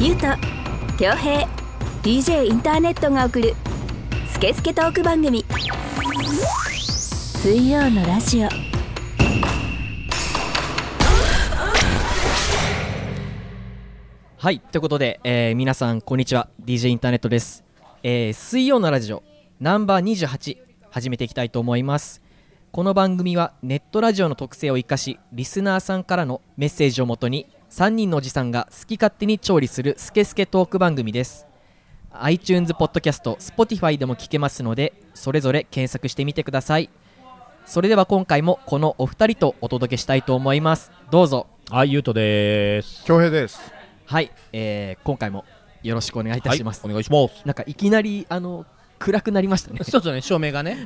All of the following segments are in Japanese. ゆうと恭平 DJ インターネットが送る「スケスケトーク番組」水曜のラジオはい、ということで、えー皆さんこんにちは DJ インターネットです、えー水曜のラジオナンバー28始めていきたいと思いますこの番組はネットラジオの特性を生かしリスナーさんからのメッセージをもとに3人のおじさんが好き勝手に調理するスケスケトーク番組です iTunes ポッドキャスト Spotify でも聞けますのでそれぞれ検索してみてくださいそれでは今回もこのお二人とお届けしたいと思いますどうぞはい、ゆうとです。恭平です。はい、えー今回もよろしくお願いいたします、はいお願いします。なんかいきなりあの暗くなりま したね ちょっとね、照明が ね。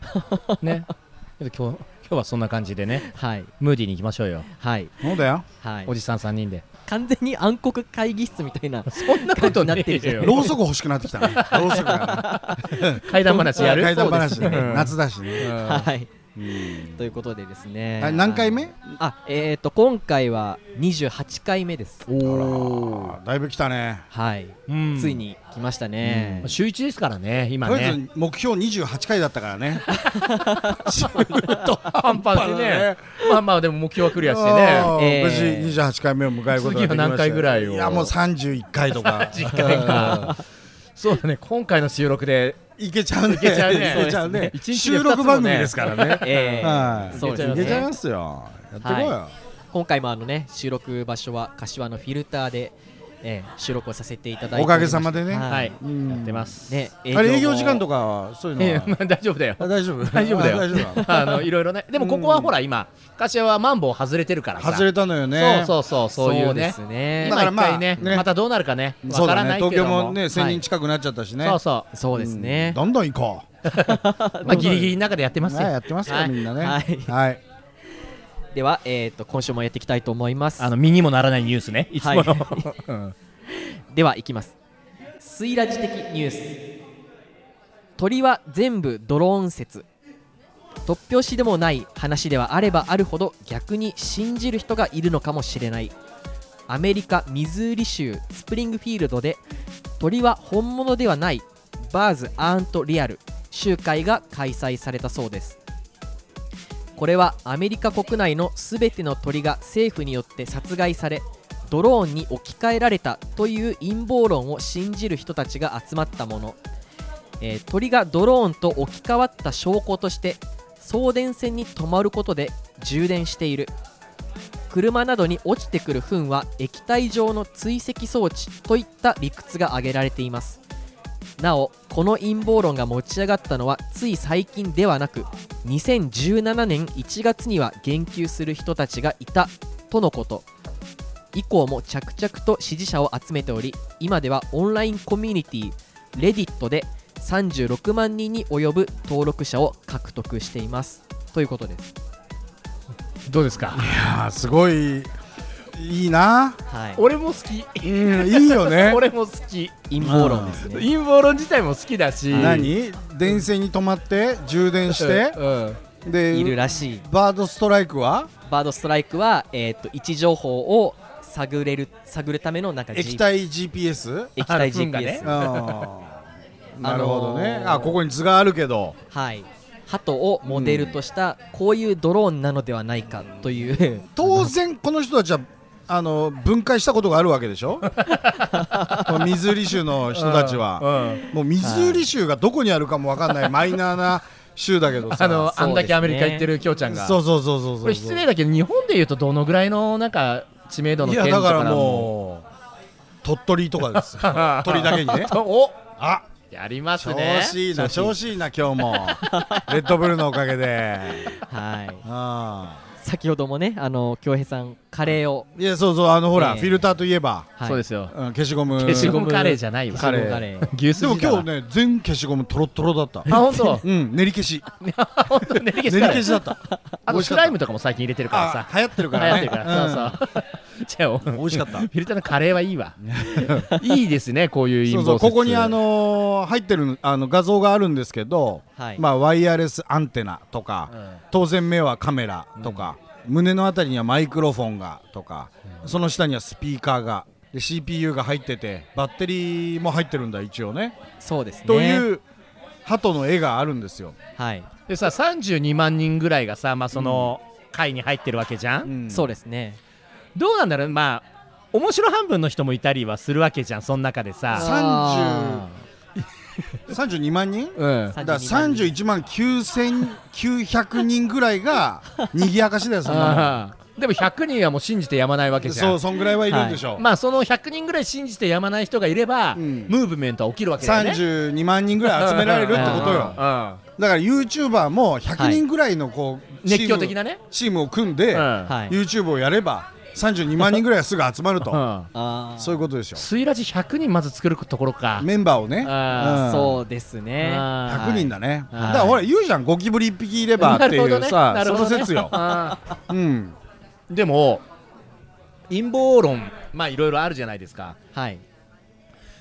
ね。ちょっと今日、今日はそんな感じでね、はいムーディーに行きましょうよ。はいそうだよ。はいおじさん三人で。完全に暗黒会議室みたい なそんなことねえよろうそく欲しくなってきた ね。ろうそくが 階段話ね。やる怪談話そうねですね。夏だしね。はいうんということでですねあ何回目あえっ、と今回は28回目ですあだいぶ来たね。はい、うんついに来ましたね、週一ですからね、今とりあえね。ず目標28回だったからね。半端でね。まあまあ、でも目標はクリアしてあね。ーえ無ー事28回目を迎えることが次できましたよは何回ぐらいをいやもう31回とか。そうだね、今回の収録で、いけちゃうね。いけちゃうねけちゃうそねうですね収録番組ですからね。えー はい。そうですいねけちゃいますよ。やってこいよ。今回もあのね収録場所は柏のフィルターで、えー収録をさせていただいておかげさまでねははいい、やってます。ねあれ営業時間ととかはそういうええのは まあ大丈夫 だよ。あ大丈夫大丈夫だよあ 大丈夫だあの、いろいろね。でもここはほら、今、柏はマンボウ外れてるからさ。外れたのよね。そうそうそう、そういうね。ですねだ今から一まあ回ね、ねまたどうなるかね、そわうからだねない東けど京も。もね1000人近くなっちゃったしね、そうそそうですね、どんどん行こうう。まあギリギリの中でやってますはいやよっ。てますはよいみんなねはいはいでは、えー、と今週もやっていきたいと思いますあの身にもならないニュースね、いつもの。 はうんではいきますスイラジ的ニュース鳥は全部ドローン説突拍子でもない話ではあればあるほど逆に信じる人がいるのかもしれないアメリカ・ミズーリ州スプリングフィールドで鳥は本物ではないバーズ・アーント・リアル集会が開催されたそうですこれはアメリカ国内のすべての鳥が政府によって殺害されドローンに置き換えられたという陰謀論を信じる人たちが集まったもの、えー鳥がドローンと置き換わった証拠として送電線に止まることで充電している車などに落ちてくる糞は液体状の追跡装置といった理屈が挙げられていますなおこの陰謀論が持ち上がったのはつい最近ではなく2017年1月には言及する人たちがいたとのこと以降も着々と支持者を集めており今ではオンラインコミュニティレディットで36万人に及ぶ登録者を獲得していますということです、どうですかあーすごいいいなはい、俺も好き。うんいいよ ね俺も好き。陰謀論ですね陰謀論自体も好きだし。何電線に止まって充電ししてて、うんでいるらしいバードストライクはバードストライクは、えー、と位置情報を探れる探るためのなんか G- 液体 GPS? 液体あフンが GPS、 ねあーなるほどね、ああのーここに図があるけどはい鳩をモデルとした、こういうドローンなのではないかと いう当然この人たちはあの分解したことがあるわけでしょこのミズーリ州の人たちは、うんもうミズーリ州がどこにあるかもわかんないマイナーな州だけどさあの、あんだけアメリカ行ってるきょうちゃんが。そうそうそうそうそうこれ失礼だけど、日本で言うとどのぐらいのなんか知名度のい県やとかだなかのらもう鳥取と かですよ鳥だけにねおあやります調ね。子いいな調子いいな今日 もレッドブルのおかげではいあ先ほどもねあの京平さんカレーをいやそうそうあのほら、ええフィルターといえば、はいそうですようん消しゴム消しゴムカカレレーーじゃないわカレーカレー牛すでも今日ね全消しゴムトロットロだったあ本当うん練り消し本当練り消練しりカレー消しだったあ美と味しスかったライムとかも最近入れてるからさあ流行ってるか流行っらねてるからそうそう じゃあうん美味しかったフィルターのカレーはいい わいいですねこういう陰そう謀そう説ここにあのー入ってるあの画像があるんですけど、はいまあ、ワイヤレスアンテナとか、うん当然目はカメラとか、胸のあたりにはマイクロフォンがとか、その下にはスピーカーがで CPU が入っててバッテリーも入ってるんだ一応ねそうですねという鳩の絵があるんですよ、はい、でさ32万人ぐらいがさまあその会に入ってるわけじゃんそうでですねどうなんだろうまあ面白半分の人もいたりはするわけじゃんその中でさあ32万人うんーだから31万9900人ぐらいが賑やかしだよそんなあーでも100人はもう信じてやまないわけのじゃんそうそんぐらいはいるんでしょう、まあその100人ぐらい信じてやまない人がいれば、うんムーブメントは起きるわけだよね32万人ぐらい集められるってことうんうんうんよだから YouTuber も100人ぐらいのこう、チーム熱狂的なねチームを組んで、うんはい YouTube をやれば32万人ぐらいはすぐ集まるうとんあーそういうことでしょスイラジ100人まず作るところかメンバーをね、あうんそうですねあー100人だね、はいだからほら言うじゃんゴキブリ1匹いればっなるていほどうねさ、なるそほどのね 説よ、あうん、ーでも陰謀論まあいろいろあるじゃないですかはい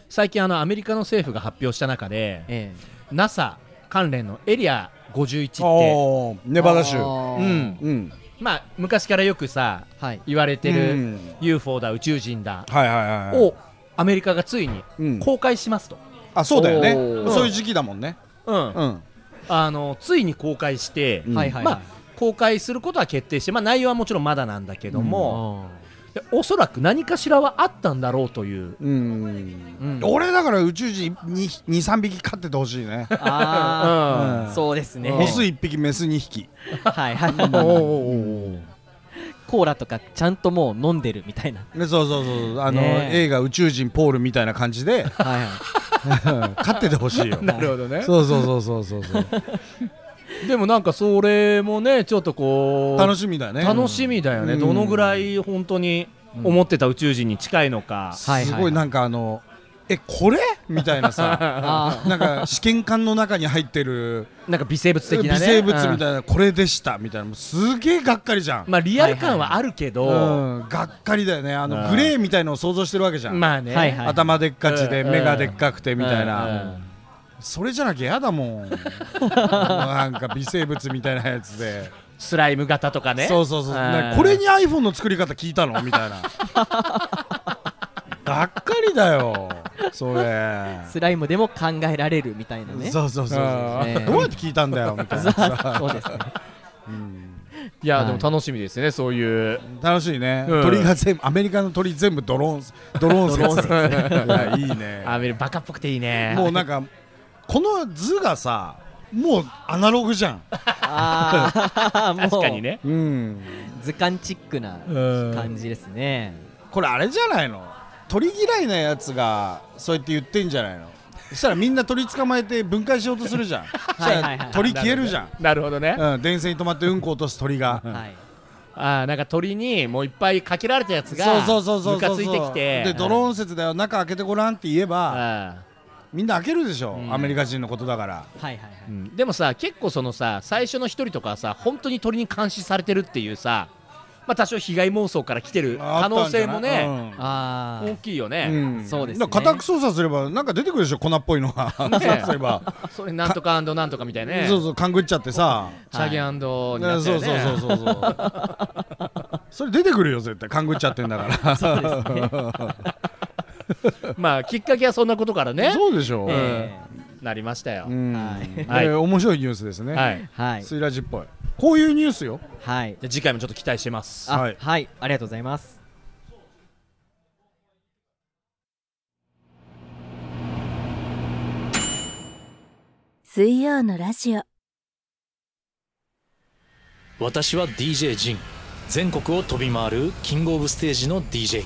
最近あのアメリカの政府が発表した中でえ NASA 関連のエリア51っておーえネバダ州あーうんうんまあ昔からよくさはい言われてうるん UFO だ宇宙人だはいはいはいをアメリカがついにうん公開しますと、あそうだよねおーそういう時期だもんねうんうんあのついに公開して、うんはいはいはい、まあ、公開することは決定して、まあ、内容はもちろんまだなんだけども、でおそらく何かしらはあったんだろうという、うんうん俺だから宇宙人23匹飼っててほしいねあうーんそうですねオス1匹メス2匹はいはいうんおうおうおうコーラとかちゃんともう飲んでるみたい なねそうそうそうあのねえ映画「宇宙人ポール」みたいな感 じではいはい勝っててほしいよなるほどねそうそうそうそうそうそうでもなんかそれもねちょっとこう楽しみだよね楽しみだよね、うんどのぐらい本当に思ってた宇宙人に近いのか、すはいはいはいごいなんかあのえこれみたいな さあなんか試験管の中に入ってるなんか微生物的なね微生物みうんたいなこれでしたみたいなもうすげえがっかりじゃんまあリアル感はあるけど、うんがっかりだよねあうのんグレーみたいのを想像してるわけじゃんまあね、はいはい頭でっかちでうん目がでっかくてみたいうんうなんそれじゃなきゃ嫌だもんなんか微生物みたいなやつでスライム型とかねそうそうそうねんこれに iPhone の作り方聞いたのみたいながっかりだよそれースライムでも考えられるみたいなねそうそうそうそうあーどうやって聞いたんだよみたいなさそうですねいや、はいでも楽しみですねそういう楽しいねうん鳥が全部アメリカの鳥全部ドローンドローン説いやいいねあ見るバカっぽくていいねもうなんかこの図がさもうアナログじゃんああもう 確かにねうん図鑑チックな感じですねこれあれじゃないの鳥嫌いなやつがそうやって言ってんじゃないのそしたらみんな鳥捕まえて分解しようとするじ ゃんそしたはいはいはらい鳥消えるじゃん、なるほどね、うん、電線に止まってうんこ落とす鳥が、はいああなんか鳥にもういっぱいかけられたやつそうがそうそうそうムそカうついてきてでドローン説だよ中開けてごらんって言えばあみんな開けるでしょ、んアメリカ人のことだからはいはいはいーうんでもさ結構そのさ最初の一人とかはさ本当に鳥に監視されてるっていうさまあ多少被害妄想から来てる可能性もね、あっあ大きいよたんじゃないね、んそうですねだから家宅捜査すればなんか出てくるでしょ粉っぽいのがねそうすれば、それなんとかなんとかみたいなね そうそう勘ぐっちゃってさチャゲはになねったそようねそうそうそうそう それ出てくるよ絶対勘ぐっちゃってんだからそうですねまあきっかけはそんなことからねそうでしょ、えなりましたよ、うんはいはいえー面白いニュースですね、はいーはいスイラジっぽいこういうニュースよはいじゃあ次回もちょっと期待してますあはいはいありがとうございます水曜のラジオ私は DJ ジン全国を飛び回るキングオブステージの DJ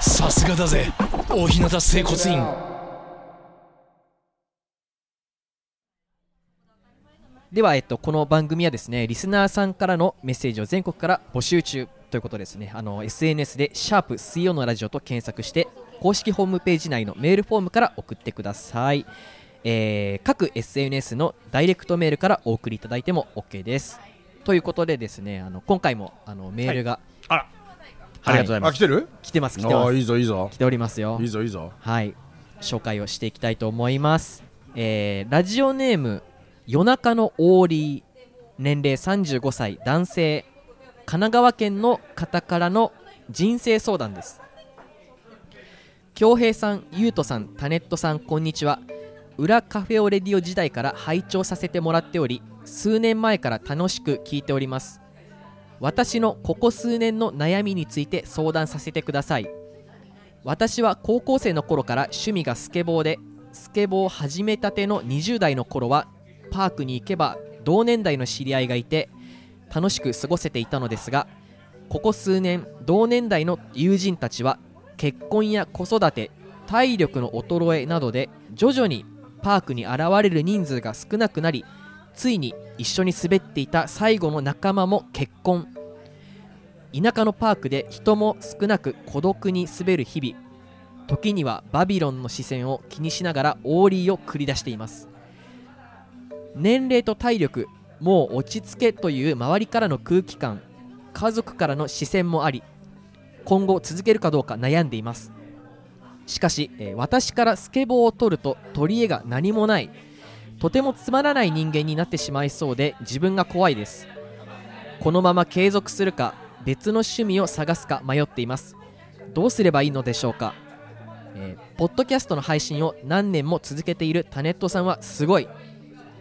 さすがだぜ大日向整骨院では、えっと、この番組はですねリスナーさんからのメッセージを全国から募集中ということですねあの SNS で「シャープ水曜のラジオ」と検索して公式ホームページ内のメールフォームから送ってください、えー各 SNS のダイレクトメールからお送りいただいても OK ですということでですねあの今回もあのメールがあらありがとうございまあす来てる来てます来てあまあすいいぞいいぞ来ておりますよいいぞいいぞはい紹介をしていきたいと思います、えーラジオネーム夜中のオーリー年齢35歳男性神奈川県の方からの人生相談です恭平さんゆうとさんタネットさんこんにちは裏カフェオレディオ時代から拝聴させてもらっており数年前から楽しく聞いております私のここ数年の悩みについて相談させてください私は高校生の頃から趣味がスケボーでスケボーを始めたての20代の頃はパークに行けば同年代の知り合いがいて楽しく過ごせていたのですがここ数年同年代の友人たちは結婚や子育て体力の衰えなどで徐々にパークに現れる人数が少なくなりついに一緒に滑っていた最後の仲間も結婚田舎のパークで人も少なく孤独に滑る日々時にはバビロンの視線を気にしながらオーリーを繰り出しています年齢と体力もう落ち着けという周りからの空気感家族からの視線もあり今後続けるかどうか悩んでいますしかし、えー私からスケボーを取ると取り柄が何もないとてもつまらない人間になってしまいそうで自分が怖いですこのまま継続するか別の趣味を探すか迷っていますどうすればいいのでしょうか、えーポッドキャストの配信を何年も続けているタネットさんはすごい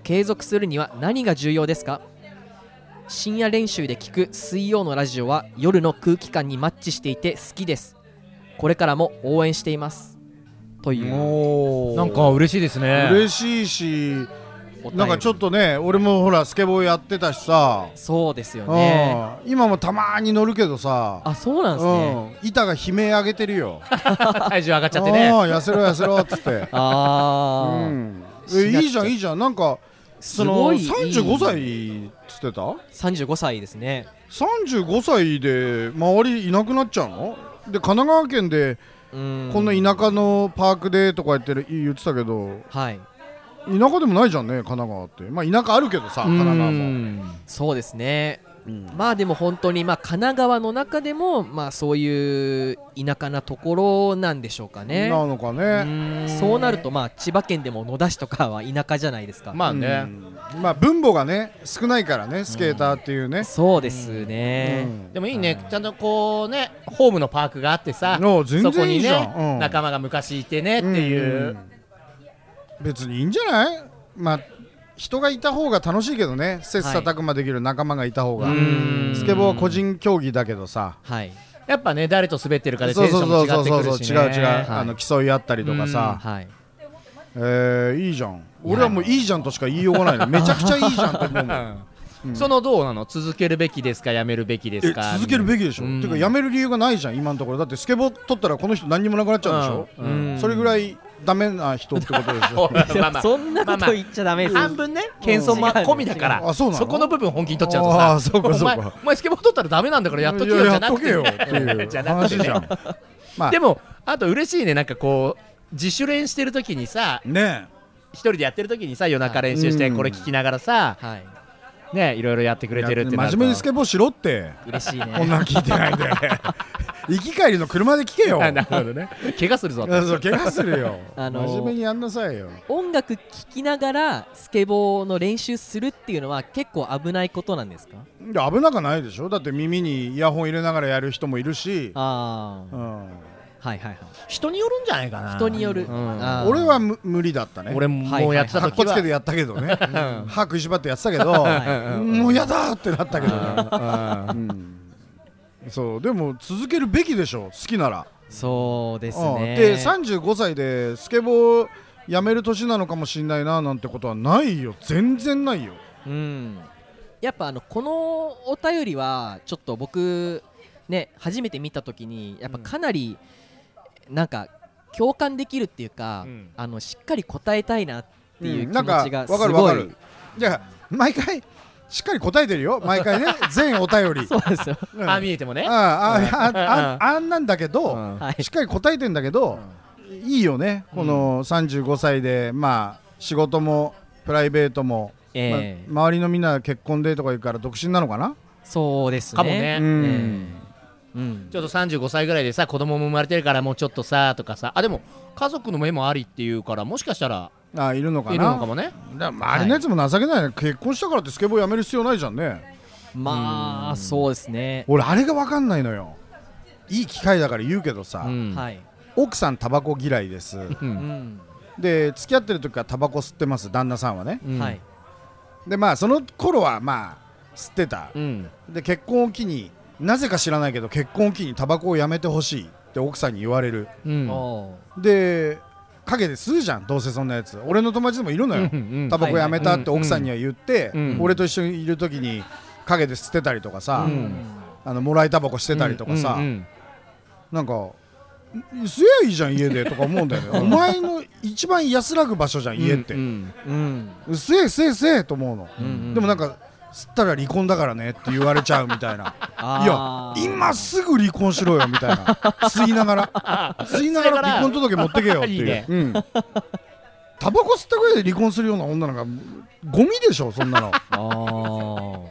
継続するには何が重要ですか深夜練習で聞く水曜のラジオは夜の空気感にマッチしていて好きですこれからも応援していますというおーなんか嬉しいですね嬉しいしお便りなんかちょっとね俺もほらスケボーやってたしさ、そうですよねうん今もたまーに乗るけどさあそうなんですねうん、板が悲鳴上げてるよ 体重上がっちゃってねあー痩せろ痩せろっつってうああ、ん、しえなっちゃういいじゃんいいじゃんなんかそすごのいいい35歳っつってた35歳ですね35歳で周りいなくなっちゃうので神奈川県でうんこんな田舎のパークでとか言ってる言ってたけどはい田舎でもないじゃんね神奈川ってまあ田舎あるけどさ神奈川もそうですね、まあでも本当に、まあ、神奈川の中でも、まあ、そういう田舎なところなんでしょうかね。なのかねそうなると、まあ、千葉県でも野田市とかは田舎じゃないですか。まあうねんまあ分母がね少ないからねスケーターっていうねそうですね、でもいいねちゃんとこうねホームのパークがあってさあ全然そこにいいじゃんねうん仲間が昔いてねってういうん別にいいんじゃないまあ人がいた方が楽しいけどね切磋琢磨できる仲間がいた方が、んスケボーは個人競技だけどさはいやっぱね誰と滑ってるかでそテうンショそうンも違そうそっうてくそうる違しうね違う、あの競い合ったりとかさ、はい、えー、いいじゃん俺はもういいじゃんとしか言いようがないのめちゃくちゃいいじゃんと思うもんそのどうなの続けるべきですかやめるべきでえすか続けるべきでしょ、うんてかやめる理由がないじゃん今のところだってスケボー取ったらこの人何にもなくなっちゃうんでしょ、うんそれぐらいダメな人ってことで しょまあまあ そんなこと言っちゃダメです、半分ね謙遜も込みだかうんらあそうなのこの部分本気に取っちゃうとさあーそうかそうかお前お前スケボー取ったらダメなんだからやっとけいよやじやゃっなとくけてよってい うじゃなくて話ねじゃんまあでもあと嬉しいねなんかこう自主練してる時にさね一人でやってる時にさ夜中練習しうてんこれ聞きながらさはい、ねいろいろやってくえれてるって真なると面目にスケボーしろって嬉しいこんねなん聞いてない で行き帰りの車で聞けよなるほどね怪我するぞってあそう怪我するよ、あのー真面目にやんなさいよ音楽聴きながらスケボーの練習するっていうのは結構危ないことなんですかいや危なくないでしょだって耳にイヤホン入れながらやる人もいるし、ああうん、はいはいはい人によるんじゃないかな人による、あー俺はむ無理だったね俺はいもはういやってたかっ時こつはけてやったけどね歯食いしばってやってたけどはいもうやだーってなったけどね、うんそうでも続けるべきでしょ好きならそうですうんねで35歳でスケボーやめる年なのかもしれないななんてことはないよ全然ないようん、やっぱあのこのお便りはちょっと僕ね初めて見た時にやっぱかなりなんか共感できるっていうか、うんあのしっかり答えたいなっていううん気な持んかちがすわかるごわい、かるじゃあ毎回しっかり答えてるよ毎 回ね全お便りそうなん ですよ、うんあ見えてもねああああああんなんだけど、うんはいしっかり答えてんだけど、いいよねこの35歳でまあ仕事もプライベートも、ええま周りのみんな結婚でとか言うから独身なのかな、そうですねかもねうん、ええうんちょっと35歳ぐらいでさ子供も生まれてるからもうちょっとさとかさあでも家族の目もありっていうからもしかしたらあいるのかいなるのかもねだから周りのやつも情けないね、結婚したからってスケボーやめる必要ないじゃんねまあそうですね、俺あれが分かんないのよいい機会だから言うけどさ、うんはい、奥さんタバコ嫌いですううんんで付き合ってる時からタバコ吸ってます旦那さんはねうんはいでまあその頃はまあ吸ってたうんで結婚を機になぜか知らないけど結婚を機にタバコをやめてほしいって奥さんに言われるうんおで陰で吸うじゃんどうせそんなやつ俺の友達でもいるのよ、うんうんタバコやめたって奥さんには言って、うんうん俺と一緒にいる時に陰で吸ってたりとかーさ、うんあのもらいタバコしてたりとかさ、うんうんなんかん吸えばいいじゃん家でとか思うんだよねお前の一番安らぐ場所じゃん家って、うんうん吸え吸え吸えと思うの、うんうんでもなんか吸ったら離婚だからねって言われちゃうみたいないやあー今すぐ離婚しろよみたいな吸いながら吸いながら離婚届持ってけよっていいういねうんタバコ吸ったぐらいで離婚するような女なんかゴミでしょそんなのあー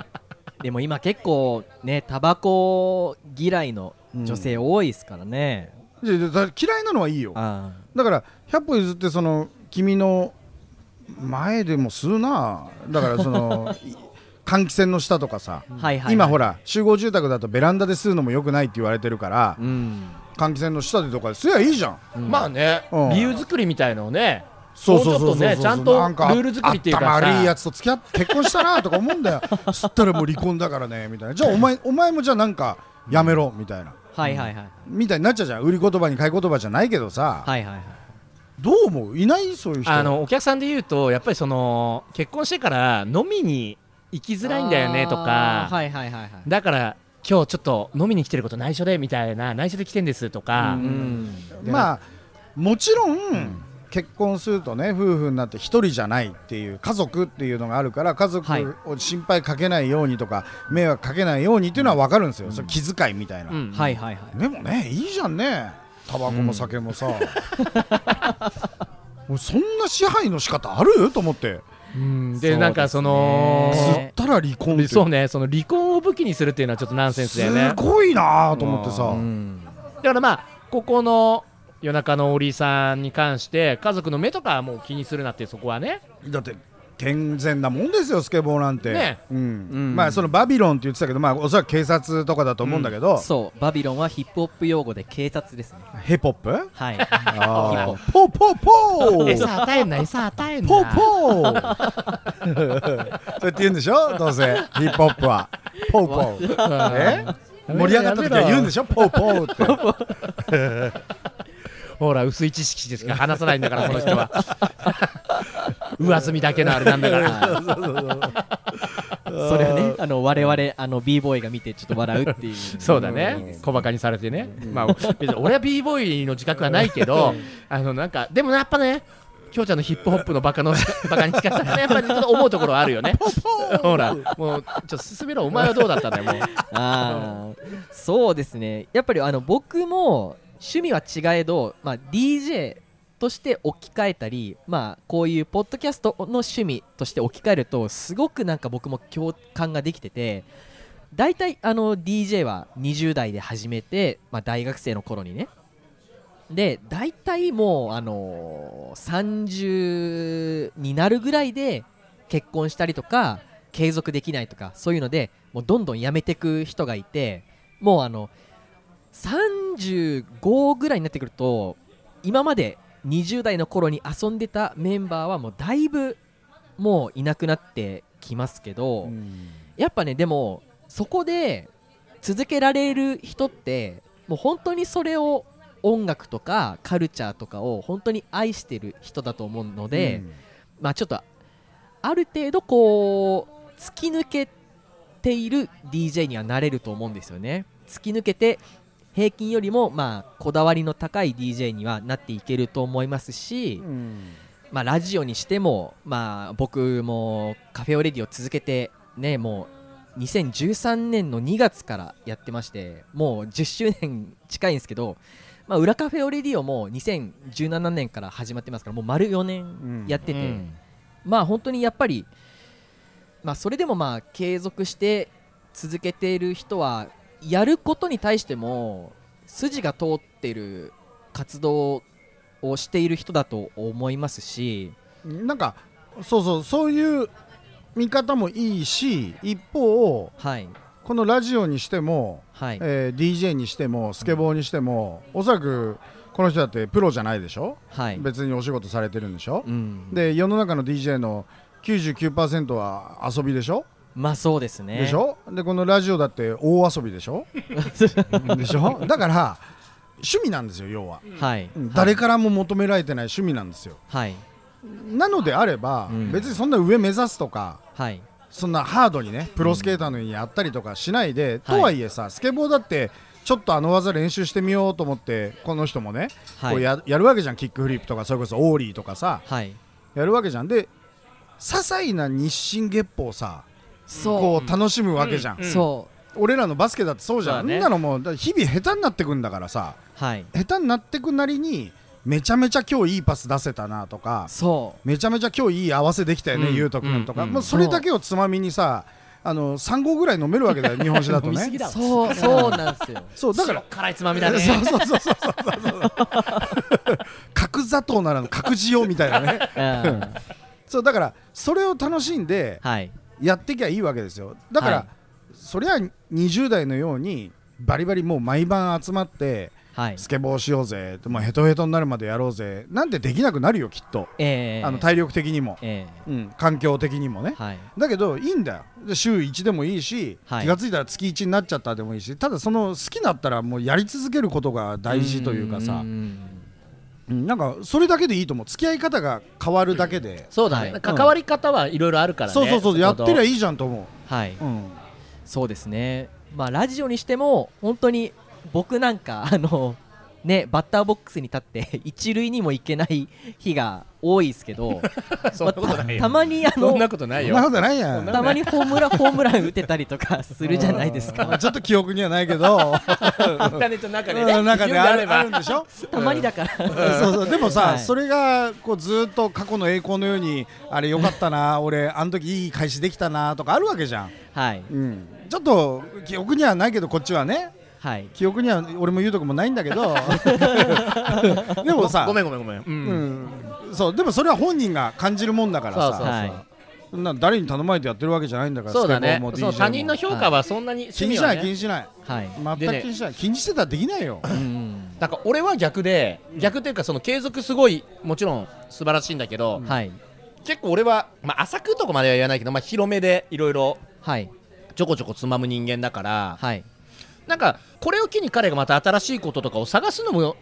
でも今結構ねタバコ嫌いの女性多いですからね、いやいやだ嫌いなのはいいよあだから100歩譲ってその君の前でも吸うなだからその い換気扇の下とかさ、ーはいはい、はい、今ほらら集合住宅だとベランダで吸うのもよくないって言われてるから、うん換気扇の下でとかで吸えばいいじゃんまあねうん理由作りみたいのをねもうちょっとねちゃんなんかとルール作りっていうか頭悪いやさつと付き合って結婚したなとか思うんだよ吸ったらもう離婚だからねみたいなじゃあ お前お前もじゃあなんかやめろみたいなはいはいはいみたいになっちゃうじゃん売り言葉に買い言葉じゃないけどさ、はいはいはいどう思ういないそういう人あのお客さんで言うとやっぱりその結婚してから飲みに行きづらいんだよねとあかーはいはいはいはいだから今日ちょっと飲みに来てること内緒でみたいな内緒で来てんですとか、うんまあもちろん、結婚するとね夫婦になって一人じゃないっていう家族っていうのがあるから家族はいを心配かけないようにとか、迷惑かけないようにっていうのは分かるんですよ、それ気遣いみたいな、うんはいはいはいでもねいいじゃんねタバコも酒もさ、 俺そんな支配の仕方あると思ってうんそうですでねなんかその吸ったら離婚ってそうねその離婚を武器にするっていうのはちょっとナンセンスだよねすごいなと思ってさ、うんだからまあここの夜中のおりさんに関して家族の目とかはもう気にするなってそこはねだって健全なもんですよスケボーなんて、ねうんうんまあそのバビロンって言ってたけど、まあ、おそらく警察とかだと思うんだけど、そうバビロンはヒップホップ用語で警察ですねヘポップはいあポーポポ ポー餌与えんな餌与えんなポポーそうやって言うんでしょどうせヒップホップはポーポーえ盛り上がった時は言うんでしょポーポーってほら薄い知識しか話さないんだからこの人 は 上積みだけのあれなんだからそれはねあの我々あの b ボーイが見てちょっと笑うっていう そうだね小バカにされてねまあ別に俺は b ボーイの自覚はないけどあのなんかでもやっぱねきょうちゃんのヒップホップのバカのバカに近さがねやっぱりちょっと思うところはある よねほらもうちょっと進めろお前はどうだったんだよもうあーそうですねやっぱりあの僕も趣味は違えど、まあ、DJ として置き換えたり、まあ、こういうポッドキャストの趣味として置き換えるとすごくなんか僕も共感ができてて大体あの DJ は20代で始めて、まあ、大学生の頃にねで大体もう、あのー30になるぐらいで結婚したりとか継続できないとかそういうのでもうどんどんやめてく人がいてもうあの35ぐらいになってくると今まで20代の頃に遊んでたメンバーはもうだいぶもういなくなってきますけど、やっぱねでもそこで続けられる人ってもう本当にそれを音楽とかカルチャーとかを本当に愛してる人だと思うので、まあちょっとある程度こう突き抜けている DJ にはなれると思うんですよね突き抜けて平均よりもまあこだわりの高い DJ にはなっていけると思いますし、うんまあ、ラジオにしても、まあ、僕もカフェオレディを続けて、ね、もう2013年の2月からやってましてもう10周年近いんですけど、まあ、裏カフェオレディオも2017年から始まってますからもう丸4年やってて、うんまあ本当にやっぱり、まあ、それでもまあ継続して続けている人はやることに対しても筋が通ってる活動をしている人だと思いますし、なんかそうそうそういう見方もいいし一方はいこのラジオにしても、はい、えー DJ にしてもスケボーにしても、おそらくこの人だってプロじゃないでしょ、はい、別にお仕事されてるんでしょ、うん、で世の中の DJ の99%は遊びでしょ、まあそうですね。でしょでこのラジオだって大遊びで しょでしょだから趣味なんですよ要は、はい、誰からも求められてない趣味なんですよはいなのであれば、うん別にそんな上目指すとかはいそんなハードにねプロスケーターのようにやったりとかしないで、はいとはいえさスケボーだってちょっとあの技練習してみようと思ってこの人もね、はいこうややるわけじゃんキックフリップとかそれこそオーリーとかさはい。やるわけじゃんで些細な日進月歩をさそこう楽しむわけじゃん、うそ俺らのバスケだってそうじゃん、そうだねあんなのもうだから日々下手になってくんだからさうはい下手になってくなりにめちゃめちゃ今日いいパス出せたなとかそめちゃめちゃ今日いい合わせできたよね、うんゆうとくんとか、うんまあ、それだけをつまみにさあの3合ぐらい飲めるわけだよ日本酒だ と飲みすうぎねだわそうそうなんですよ。そうだだかからら辛いつまみだねそうそうそうそうそうそう角砂糖ならぬ角塩みたいなねうんそうだからそれを楽しんではいやってきゃいいわけですよだから、はいそりゃ20代のようにバリバリもう毎晩集まってはい。スケボーしようぜもうヘトヘトになるまでやろうぜなんてできなくなるよきっと、ええあの体力的にも、えうん、環境的にもねえはいだけどいいんだよで週1でもいいし、はい気がついたら月1になっちゃったでもいいしただその好きになったらもうやり続けることが大事というかさんんうんなんかそれだけでいいと思う付き合い方が変わるだけで、そうだはねい関わり方はいろいろあるからねそうそうそうやってりゃいいいじゃんと思はい、う、うん、そうですね、まあ、ラジオにしても本当に僕なんかあの、ね、バッターボックスに立って 一塁にも行けない日が多いですけど そんなことないたよまにあそんのなことないそんなこよとないやそんなんたまにホームランホームラン打てたりとかするじゃないですうんか。ちょっと記憶にはないけどインターネットの中でうんなんか言うんねでああれるばあるんでしょたまにだから、そうそうでもさ、はいそれがこうずーっと過去の栄光のようにあれよかったな俺あの時いい返しできたなとかあるわけじゃん、はいうん、ちょっと記憶にはないけどこっちはねはい記憶には俺も言うとこもないんだけどでもさごめんごめんごめんううんん、そうでもそれは本人が感じるもんだからそさうそうはいそんな誰に頼まれてやってるわけじゃないんだからそうだねスケボーもそう DJ も他人の評価はそんなに気趣に味しはなねい気にしないはい、全でねく気にしない、気にしてたらできないようんなんか俺は逆で逆っていうかその継続すごいもちろん素晴らしいんだけど、はい結構俺は、まあ、浅くとこまでは言わないけど、まあ、広めでいろいろはいちょこちょこつまむ人間だからはいなんかこれを機に彼がまた新しいこととかを探すのも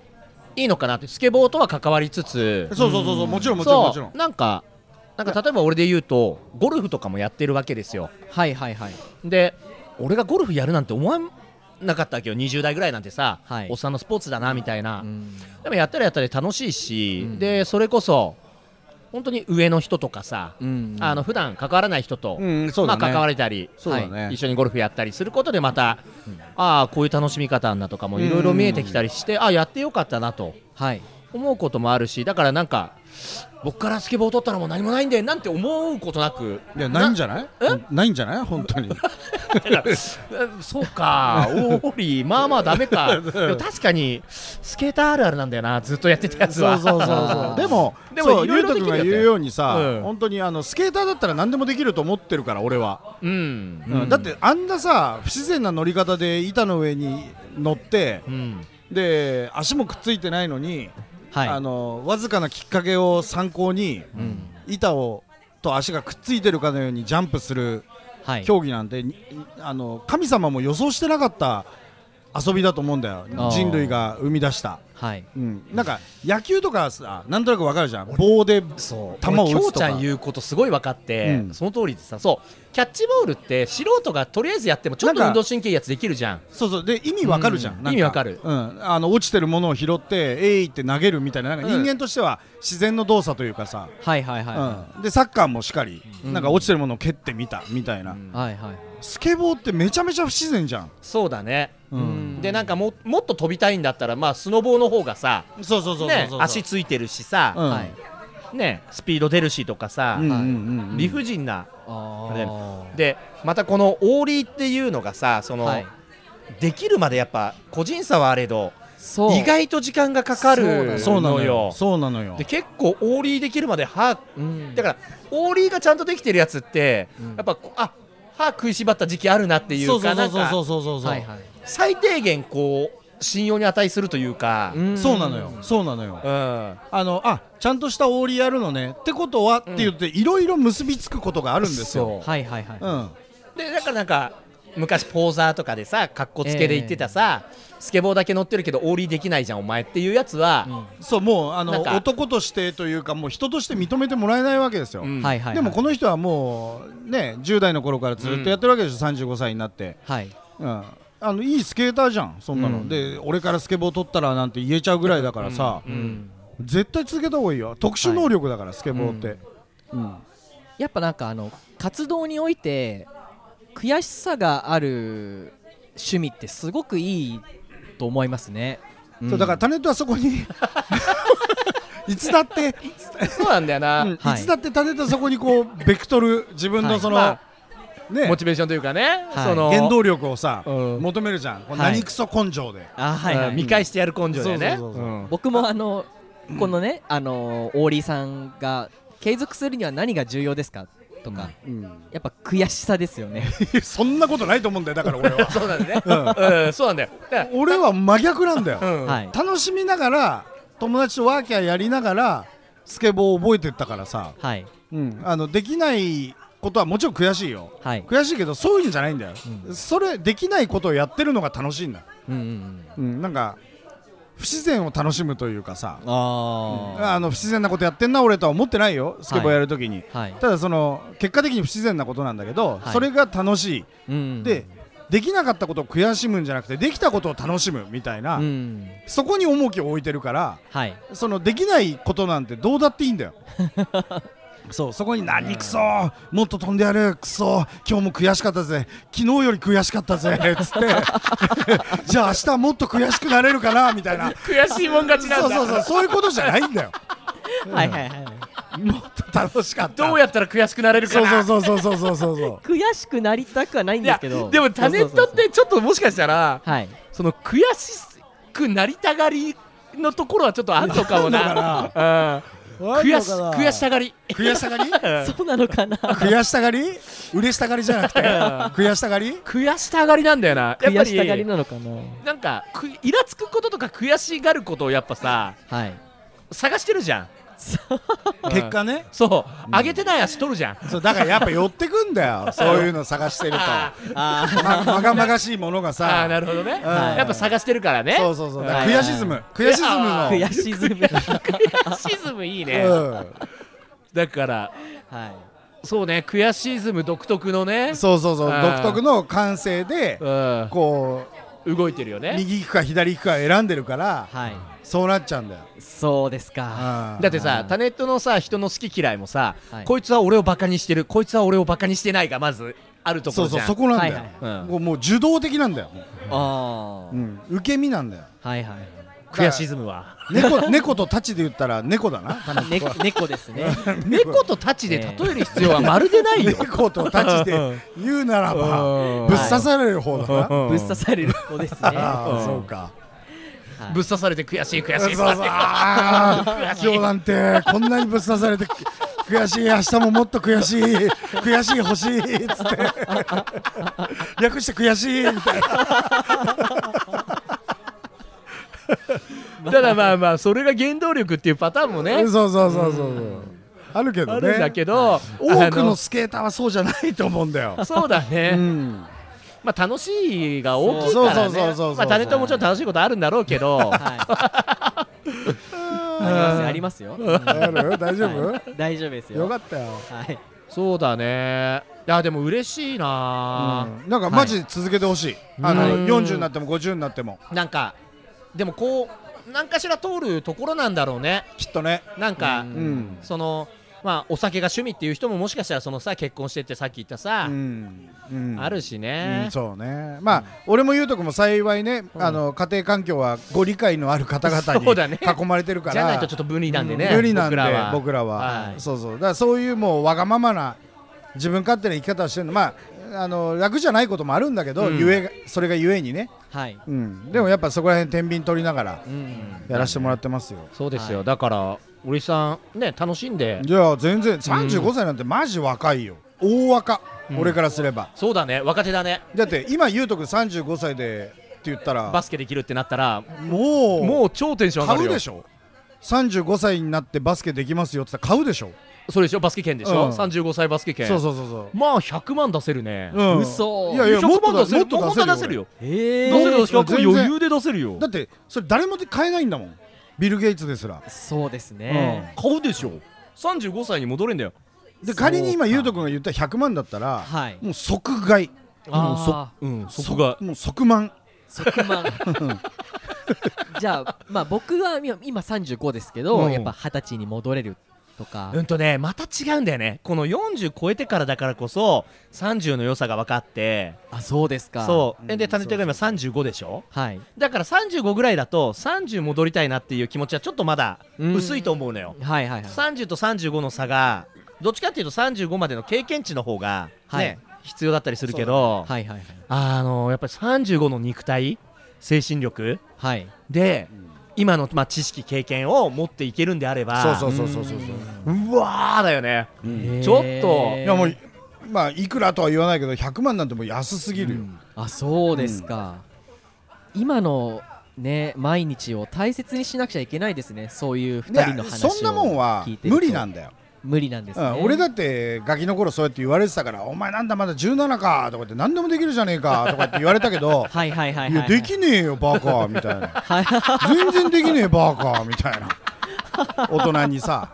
いいのかなってスケボーとは関わりつつそうそうそうそうもちろんもちろんもちろんそうなんかなんか例えば俺で言うとゴルフとかもやってるわけですよはいはいはいで俺がゴルフやるなんて思わなかったわけよ20代ぐらいなんてさ、はいおっさんのスポーツだなみたいな、うんでもやったらやったで楽しいし、うんでそれこそ本当に上の人とかさ、うんあの普段関わらない人と、うんそうまだあ、ね、関われたり、そうだね、一緒にゴルフやったりすることでまた、ああこういう楽しみ方あんなとかもいろいろ見えてきたりして、ああやってよかったなとはい思うこともあるしだからなんか僕からスケボー取ったらもう何もないんでなんて思うことなくいやないんじゃないないんじゃない本 当にえそうか、オーリー、まあまあだめ か、でも確かにスケーターあるあるなんだよな、ずっとやってたやつそうは。そうそうあそうーでもでもそういろいゆうろとできる君よが言うようにさ、うん本当にあのスケーターだったら何でもできると思ってるから俺は、うんうんだってあんなさ不自然な乗り方で板の上に乗ってう、んで足もくっついてないのに、はいあのわずかなきっかけを参考に、板をと足がくっついてるかのようにジャンプするはい競技なんて、にあの神様も予想してなかった遊びだと思うんだあーよ人類が生み出した、はいうん、なんか野球とかさなんとなくわかるじゃん棒でそう球を打つとか俺京ちゃん言うことすごい分かって、うんその通りでさそうキャッチボールって素人がとりあえずやってもちょっとなん運か動神経いいやつできるじゃんそうそうで意味わかるじゃん,、うんなん意味わかるうん、あの落ちてるものを拾ってえいって投げるみたいななんか人間としては自然の動作というかさ、はいはいはいはうん、でサッカーもしっかり、うんなんか落ちてるものを蹴ってみたみたいな、いはいはいスケボーってめちゃめちゃ不自然じゃん、そうだねうんでなんかももっと飛びたいんだったらまあスノボーの方がさそうそうそうそうそう、ね足ついてるしうさ、んはいねスピード出るしとかさ、うんうんうんうん理不尽な、あーでまたこのオーリーっていうのがさその、はいできるまでやっぱ個人差はあれどそう意外と時間がかかるのよそうなのよそうなのよで結構オーリーできるまで歯うんだからオーリーがちゃんとできてるやつって、うんやっぱこあ歯食いしばった時期あるなっていそううそかうなそんうそうかそうそうそう、はいはい最低限こう信用に値するというか、うんんそうなのよそうなのよ、あのあちゃんとしたオーリーやるのねってことは、って言っていろいろ結びつくことがあるんですよはいはいはい、うんでだからなんか昔ポーザーとかでさかっこつけで言ってたさ、スケボーだけ乗ってるけどオーリーできないじゃんお前っていうやつは、そうもうあなのんか男としてというかもう人として認めてもらえないわけですよ、うんはいはいはいでもこの人はもうね10代の頃からずっとやってるわけでしょ、35歳になって、はいうん、あのいいスケーターじゃんそんなの、うんで俺からスケボー取ったらなんて言えちゃうぐらいだからさ、うん絶対続けた方がいいよ特殊能力だから、スケボーって、うんやっぱなんかあの活動において悔しさがある趣味ってすごくいいと思いますね、そうだからタネットはそこ にいつだって、そうなんだよな、うんはいいつだってタネットはそこにこうベクトル自分のその、はいまねモチベーションというかね、はいその原動力をさ、うん求めるじゃん、こうはい何クソ根性で、あはいはい、うん見返してやる根性だよねそうそうそうそううん僕もあのこのねあのオーリーさんが継続するには何が重要ですかとか、やっぱ悔しさですよねそんなことないと思うんだよだから俺 はそうなんだね、うん、そうなんだよだから俺は真逆なんだよ、うんはい楽しみながら友達とワーキャーやりながらスケボーを覚えてったからさ、はいうん、あのできないことはもちろん悔しいよはい悔しいけどそういうんじゃないんだよ、それできないことをやってるのが楽しいんだ、うんうんうんうん、なんか不自然を楽しむというかさ、ああの不自然なことやってんな俺とは思ってないよスケボーやるときに、あはいただその結果的に不自然なことなんだけど、はいそれが楽しい、うんでできなかったことを悔しむんじゃなくてできたことを楽しむみたいな、うんそこに重きを置いてるからはいそのできないことなんてどうだっていいんだ よそうそこに何クソもっと飛んでやるクソ今日も悔しかったぜ昨日より悔しかったぜつって じゃあ明日もっと悔しくなれるかなみたいな悔しいもん勝ちなんそだうそうそうそういうことじゃないんだよはいはいはいもっと楽しかったどうやったら悔しくなれるかそうなそうそうそうそうそうそう悔しくなりたくはないんいでやすけどでもタネットっそうそうそうてちょっともしかしたらそうはいその悔しくなりたがりのところはちょっとあんのかもあんのなうん悔し悔しさがり悔しさがりそうなのかな悔しさがり嬉しさがりじゃなくて悔しさがり悔したがりなんだよなやっぱ 悔しさがりりなのかななんかくイラつくこととか悔しがることをやっぱさはい探してるじゃんうん結果ねそう上げてない足取るじゃんそうだからやっぱ寄ってくんだよそういうの探してるとまあまがまがしいものがああーさなるほどねはいやっぱ探してるからねそうそうそうだからはい悔しずむ悔しずむあの悔しずめ悔しずむいいねだからはいそうね悔しずむ独特のねうんそうそうそうあー独特の感性でうこん動いてるようね右行くか左行くか選んでるからはいそうなっちゃうんだよそうですかうんだってあさータネットのさ人の好き嫌いもさ、はいこいつは俺をバカにしてるこいつは俺をバカにしてないがまずあるとこそろうじそうゃんそこなんだはいはいよもうもう受動的なんだよあうん受け身なんだよあはいはい悔しずむは猫猫とタチで言ったら猫だなね猫ですね猫と太刀で例える必要はまるでないよ、 猫とタチで言うならうばんぶっ刺される方だなうんぶっ刺される子ですねはああそうかいぶっ刺されて悔しい悔そうしいそうああ今日なんてこんなにぶっ刺されてく悔しい明日ももっと悔しい悔しい欲しいっつって略して悔しいみたいなただまあまあそれが原動力っていうパターンもねそうそうそうそうそうあるけあどるんだねけど、多くあ、のスケーターはそうじゃないと思うんだよ そうだね、うん、まあ楽しいが大きいからそうそうそうそうそねうまあタネットももちろん楽しいことあるんだろうけ どはいありますよありますよある大丈夫、はい大丈夫ですよよかったよ、はいそうだねいやでも嬉しいな、うん、なんかマジ続けてほしい、あのうん40になっても50になってもなんかでもこう何かしら通るところなんだろうねきっとねなんか、うんうんそのまあお酒が趣味っていう人ももしかしたらそのさ結婚してってさっき言ったさ、うんうんあるしうねん、、そうねまあ、俺も言うとこも幸いね、あの家庭環境はご理解のある方そうだ々にね囲まれてるからじゃないとちょっと無理なんでね、無理なん僕でらは僕らは、はいそうそうだからそういうもうわがままな自分勝手な生き方をしてるのまああの楽じゃないこともあるんだけど、うんゆえがそれがゆえにね、はいうん、でもやっぱそこら辺天秤取りながらうんやらせてもらってますよ、そうですよ、はいだから堀さんね楽しんでいや全然35歳なんてマジ若いよ大若、うん俺からすればそうだね若手だねだって今ゆうとくん35歳でって言ったらバスケできるってなったらもうもう超テンション上が買るうよでしょ35歳になってバスケできますよって言ったら買うでしょそれでしょバスケ券でしょ、うん35歳バスケ券そうそうそうそうまあ100万出せるね、うん嘘いやいや100もっと万だ出せもるっと出せるよえ出えせるよ100全然余裕で出せるよだってそれ誰も買えないんだもんビル・ゲイツですらそうですね買うでしょ35歳に戻れんだよで仮に今そうかゆうとくんが言った100万だったらはいもう即買いあうんそこがもう即満そ側満 じゃあまあ僕は今今35ですけどうんやっぱ二十歳に戻れるとかうんとねまた違うんだよねこの40超えてからだからこそ30の良さが分かってあそうですかそうでうんタネットが今そ35でしょはいだから35ぐらいだと30戻りたいなっていう気持ちはちょっとまだうん薄いと思うのよはいはいはい30と35の差がどっちかっていうと35までの経験値の方がね、はい必要だったりするけど、はいはいはいあのやっぱり35の肉体精神力はいで、今の、まあ、知識経験を持っていけるんであればそうそうそうそうそうそううわーだよね、へーちょっといやもうまあいくらとは言わないけど100万なんてもう安すぎるよあそうですか、今のね毎日を大切にしなくちゃいけないですねそういういや2人の話をそんなもんは聞いてると無理なんだよ無理なんですうね、ん俺だってガキの頃そうやって言われてたから「お前なんだまだ17か」とかって「何でもできるじゃねえか」とかって言われたけど 「はいはいはいはいいやできねえよバカ」みたいなはいはい「全然できねえバカ」みたいな大人にさ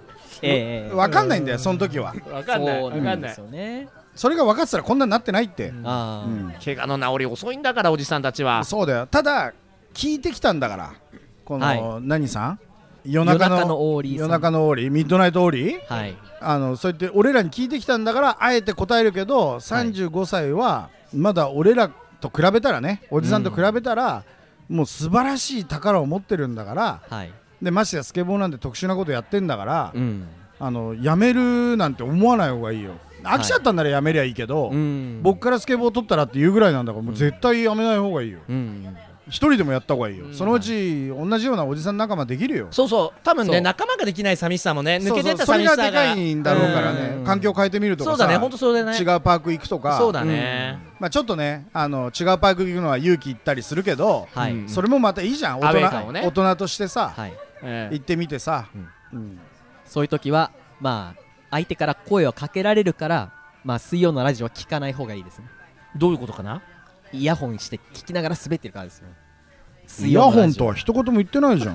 ええ分かんないんだよその時はわかんないそうわかなんんでないすよねそれが分かってたらこんなになってないって、あうーん、怪我の治り遅いんだからおじさんたちはそうだよただ聞いてきたんだからこの、は何さん夜中の夜中のオーリーさん夜中のオーリーミッドナイトオーリーはいあのそうやって俺らに聞いてきたんだからあえて答えるけど35歳はまだ俺らと比べたらねおじさんと比べたら、もう素晴らしい宝を持ってるんだからはいでましてやスケボーなんて特殊なことやってんだから、うんあのやめるなんて思わない方がいいよ飽きちゃったんならやめりゃいいけど、うん僕からスケボー取ったらっていうぐらいなんだからもう絶対やめない方がいいようん一人でもやった方がいいよ、そのうち同じようなおじさん仲間できるよそうそう多分そうね仲間ができない寂しさもね抜けてったそうそうそ寂れしがさでがかいんだろうからうねん環境変えてみるとかそさうだね本当そうだね違うパーク行くとかそうだね、まあ、ちょっとねあの違うパーク行くのは勇気いったりするけど、はい、うんそれもまたいいじゃん大アウェー感人,、をね大人としてさ、はいええ行ってみてさ、うんそういう時はまあ相手から声をかけられるからまあ水曜のラジオは聞かない方がいいですねどういうことかなイヤホンして聞きながら滑ってるからですよイヤホンとは一言も言ってないじゃ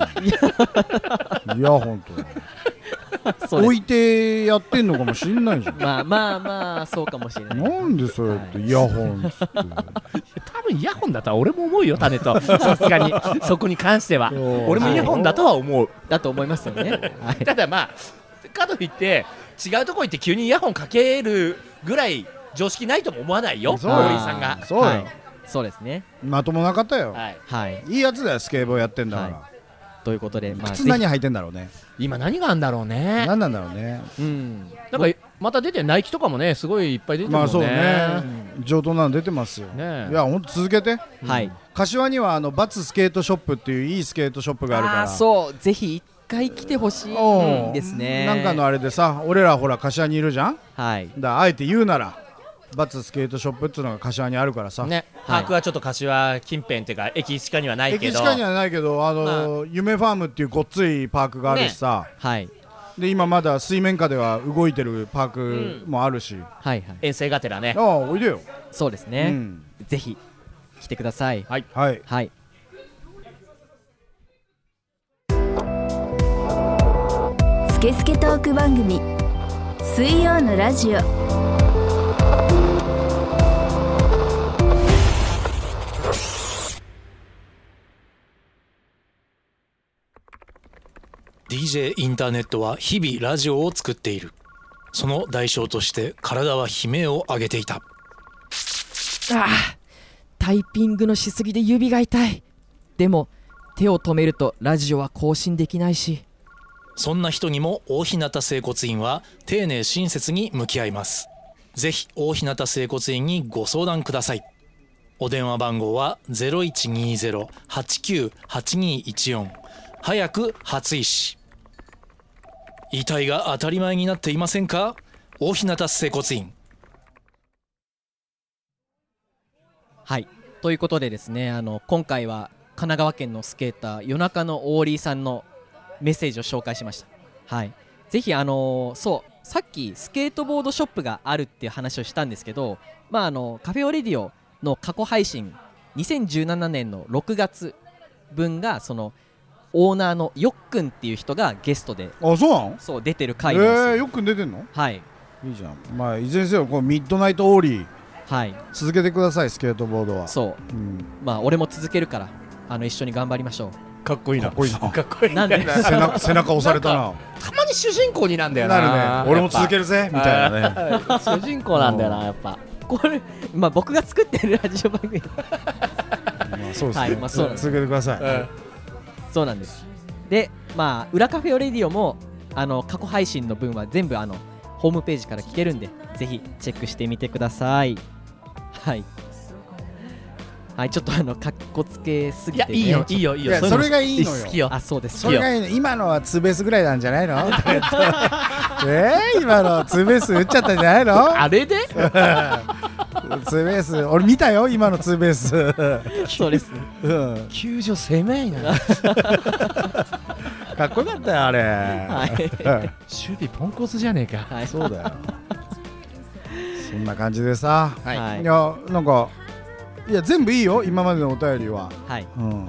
んイヤホンとは そうです置いてやってんのかもしんないじゃんまあまあまあそうかもしれないなんでそうやってイヤホンっつって多分イヤホンだとは俺も思うよタネとさすがにそこに関してはそう俺もイヤホンだとは思うだと思いますよ ね。 はいただまあかといって違うとこ行って急にイヤホンかけるぐらい常識ないとも思わないよそう森井さんがあーそうよはいそうですね。まともなかったよ、はいはい。い、いやつだよスケボーやってんだから、ということで、まあ、靴ぜ何履いてんだろうね今何があんだろうね何なんだろうねひうん。なんかまた出てナイキとかもねすごいいっぱい出てるもんまあね,、そうね、上等なの出てますよ、ねえいやほんと続けてはい。柏にはあのバツスケートショップっていういいスケートショップがあるからあーそう。ぜひ一回来てほしおいーですね。なんかのあれでさ俺らほら柏にいるじゃんだかはい。らあえて言うならバツスケートショップっていうのが柏にあるからさ、ねい把握はちょっと柏近辺っていうか駅近にはないけ駅ど近にはないけどあの、夢ファームっていうごっついパークがあるしさ、はい。で今まだ水面下では動いてるパークもあるし、あはいはい遠征がてらねあおいでよ、そうですうね、んぜひ来てくださいはいはいはいスケスケトーク番組水曜のラジオ「DJ インターネットは日々ラジオを作っている」その代償として体は悲鳴を上げていたタイピングのしすぎで指が痛いでも手を止めるとラジオは更新できないしそんな人にも大日向整骨院は丁寧親切に向き合います。ぜひ大日向整骨院にご相談ください。お電話番号は0120-898214早く初医師。遺体が当たり前になっていませんか大日向整骨院。はいということでですねあの今回は神奈川県のスケーター夜中のオーリーさんのメッセージを紹介しましたはいぜひあのそうさっきスケートボードショップがあるっていう話をしたんですけどまああのカフェオレディオの過去配信2017年の6月分がそのオーナーのよっくんっていう人がゲストであそうなのそう出てるえ回なんですよ、ー、よく出てんのはいいいじゃんまあいずれにせよこのミッドナイトオーリーはい続けてくださいスケートボードはそううん、まあ俺も続けるからあの一緒に頑張りましょかっこいいなかっこいいなかっこいいなん で背中背中押されたなたまに主人公になんだよななるね俺も続けるぜみたいなねね主人公なんだよなやっぱうこれまあ僕が作ってるラジオ番組 まあそうですね、はいまあそうなんです続けてください、そうなんですでまあ裏カフェオレディオもあの過去配信の分は全部あのホームページから聞けるんでぜひチェックしてみてくださいはいはいちょっとあのかっこつけすいぎやて、ね、いいよいいよいいよいやううのそれがいいのよ好きよあそうですそれがいいね今のはツーベースぐらいなんじ ゃないのえー、今のツーベース打っちゃったんじゃないのあれでツーベース俺見たよ今のツーベース、 そうですうん、球場狭いなかっこよかったよあれ、は守備ポンコツじゃねえかはいそうだよそんな感じでさ、はいい、やなんかいや全部いいよ今までのお便りは、はいうん、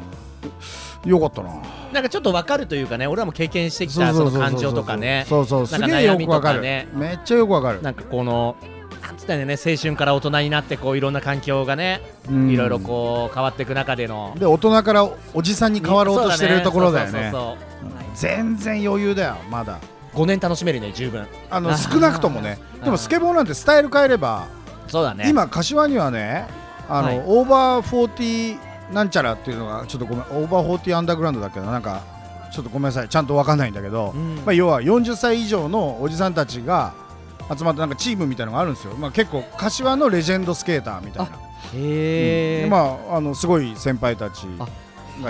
よかったななんかちょっとわかるというかね俺らも経験してきたそそうのそうそうそう感情とかねそうそうなすんかげえよくわか悩みとかるねめっちゃよくわかるなんかこのなんつったんね青春から大人になってこういろんな環境がねうんいろいろこう変わっていく中でので大人からおじさんに変わろうとしてるところだよねそうそうそう全然余裕だよまだそう5年楽しめるね十分あ あのー少なくともねでもスケボーなんてスタイル変えればそうだね今柏にはねあの、はいオーバー40なんちゃらっていうのがちょっとごめんオーバー40アンダーグラウンドだっけどなんかちょっとごめんなさいちゃんとわかんないんだけど、うんまあ、要は40歳以上のおじさんたちが集まってなんかチームみたいなのがあるんですよ、まあ、結構柏のレジェンドスケーターみたいなへえ、でまあ、あのすごい先輩たちがいてさ、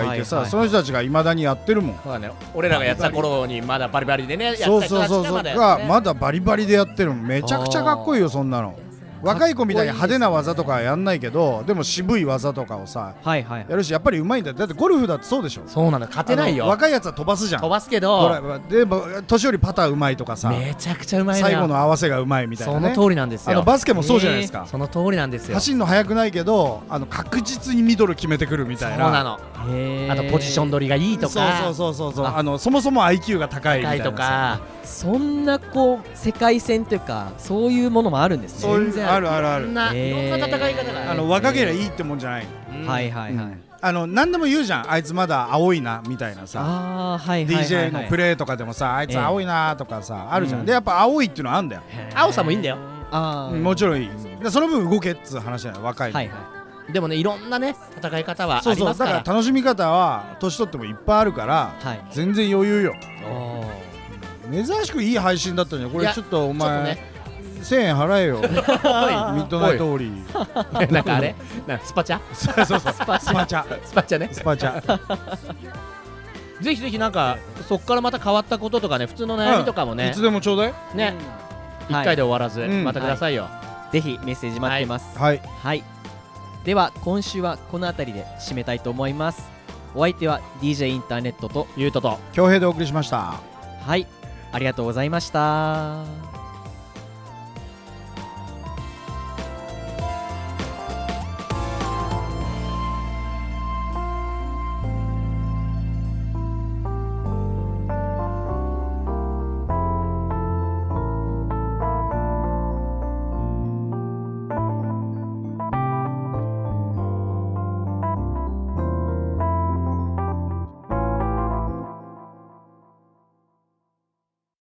あはいはいはいその人たちがいまだにやってるもんそうだね俺らがやってた頃にまだバリバリでねやってたそう人そうたちそがまうそうだがやまだバリバリでやってるのめちゃくちゃかっこいいよそんなの若い子みたいに派手な技とかはやんないけどでも渋い技とかをさはいはいやるしやっぱりうまいんだよだってゴルフだってそうでしょそうなんだ勝てないあのよ若いやつは飛ばすじゃん飛ばすけドライどバーでも年寄りパターうまいとかさめちゃくちゃうまいな最後の合わせがうまいみたいそなのね通りなんですあのよバスケもそうじゃないですかその通りなんですよ走るの速くないけどあの確実にミドル決めてくるみそうたいななのへーあとポジション取りがいいとそうかそうそうそうそうああのそもそも IQ が高いみ高たいいなとかそんなこう世界戦というかそういうものもあるんですね。そういうあるあるあいろるんなへいーろんな戦い方がああるの若けりゃいいってもんじゃないうんはいはいはい。うんあの何でも言うじゃんあいつまだ青いなみたいなさああはいはいはい、はい。 DJ のプレイとかでもさあいええつ青いなとかさあるじゃうんんでやっぱ青いっていうのあんだよ青さもいいんだよああ、もちろんいいでその分動けっつう話だよ若いのはいはでもねいろんなね戦い方はそあうりそうまだすかからら楽しみ方は年取ってもいっぱいあるからいはい。全然余裕よおー珍しくいい配信だったんじゃんこいれやちょっとちおょっと前ね1000円払えよミッドナイトオーリーなんかあれなんかスパチャそうそうそうスパチャスパチャねスパ チャぜひぜひなんかそこからまた変わったこととかね普通の悩みとかもいねつでもちょうだいねうん一回で終わらずうんまたくださいよぜひメッセージ待ってます。はい。はいでは今週はこのあたりで締めたいと思います。お相手は DJ インターネットとゆうとと恭平でお送りしましたはい。ありがとうございました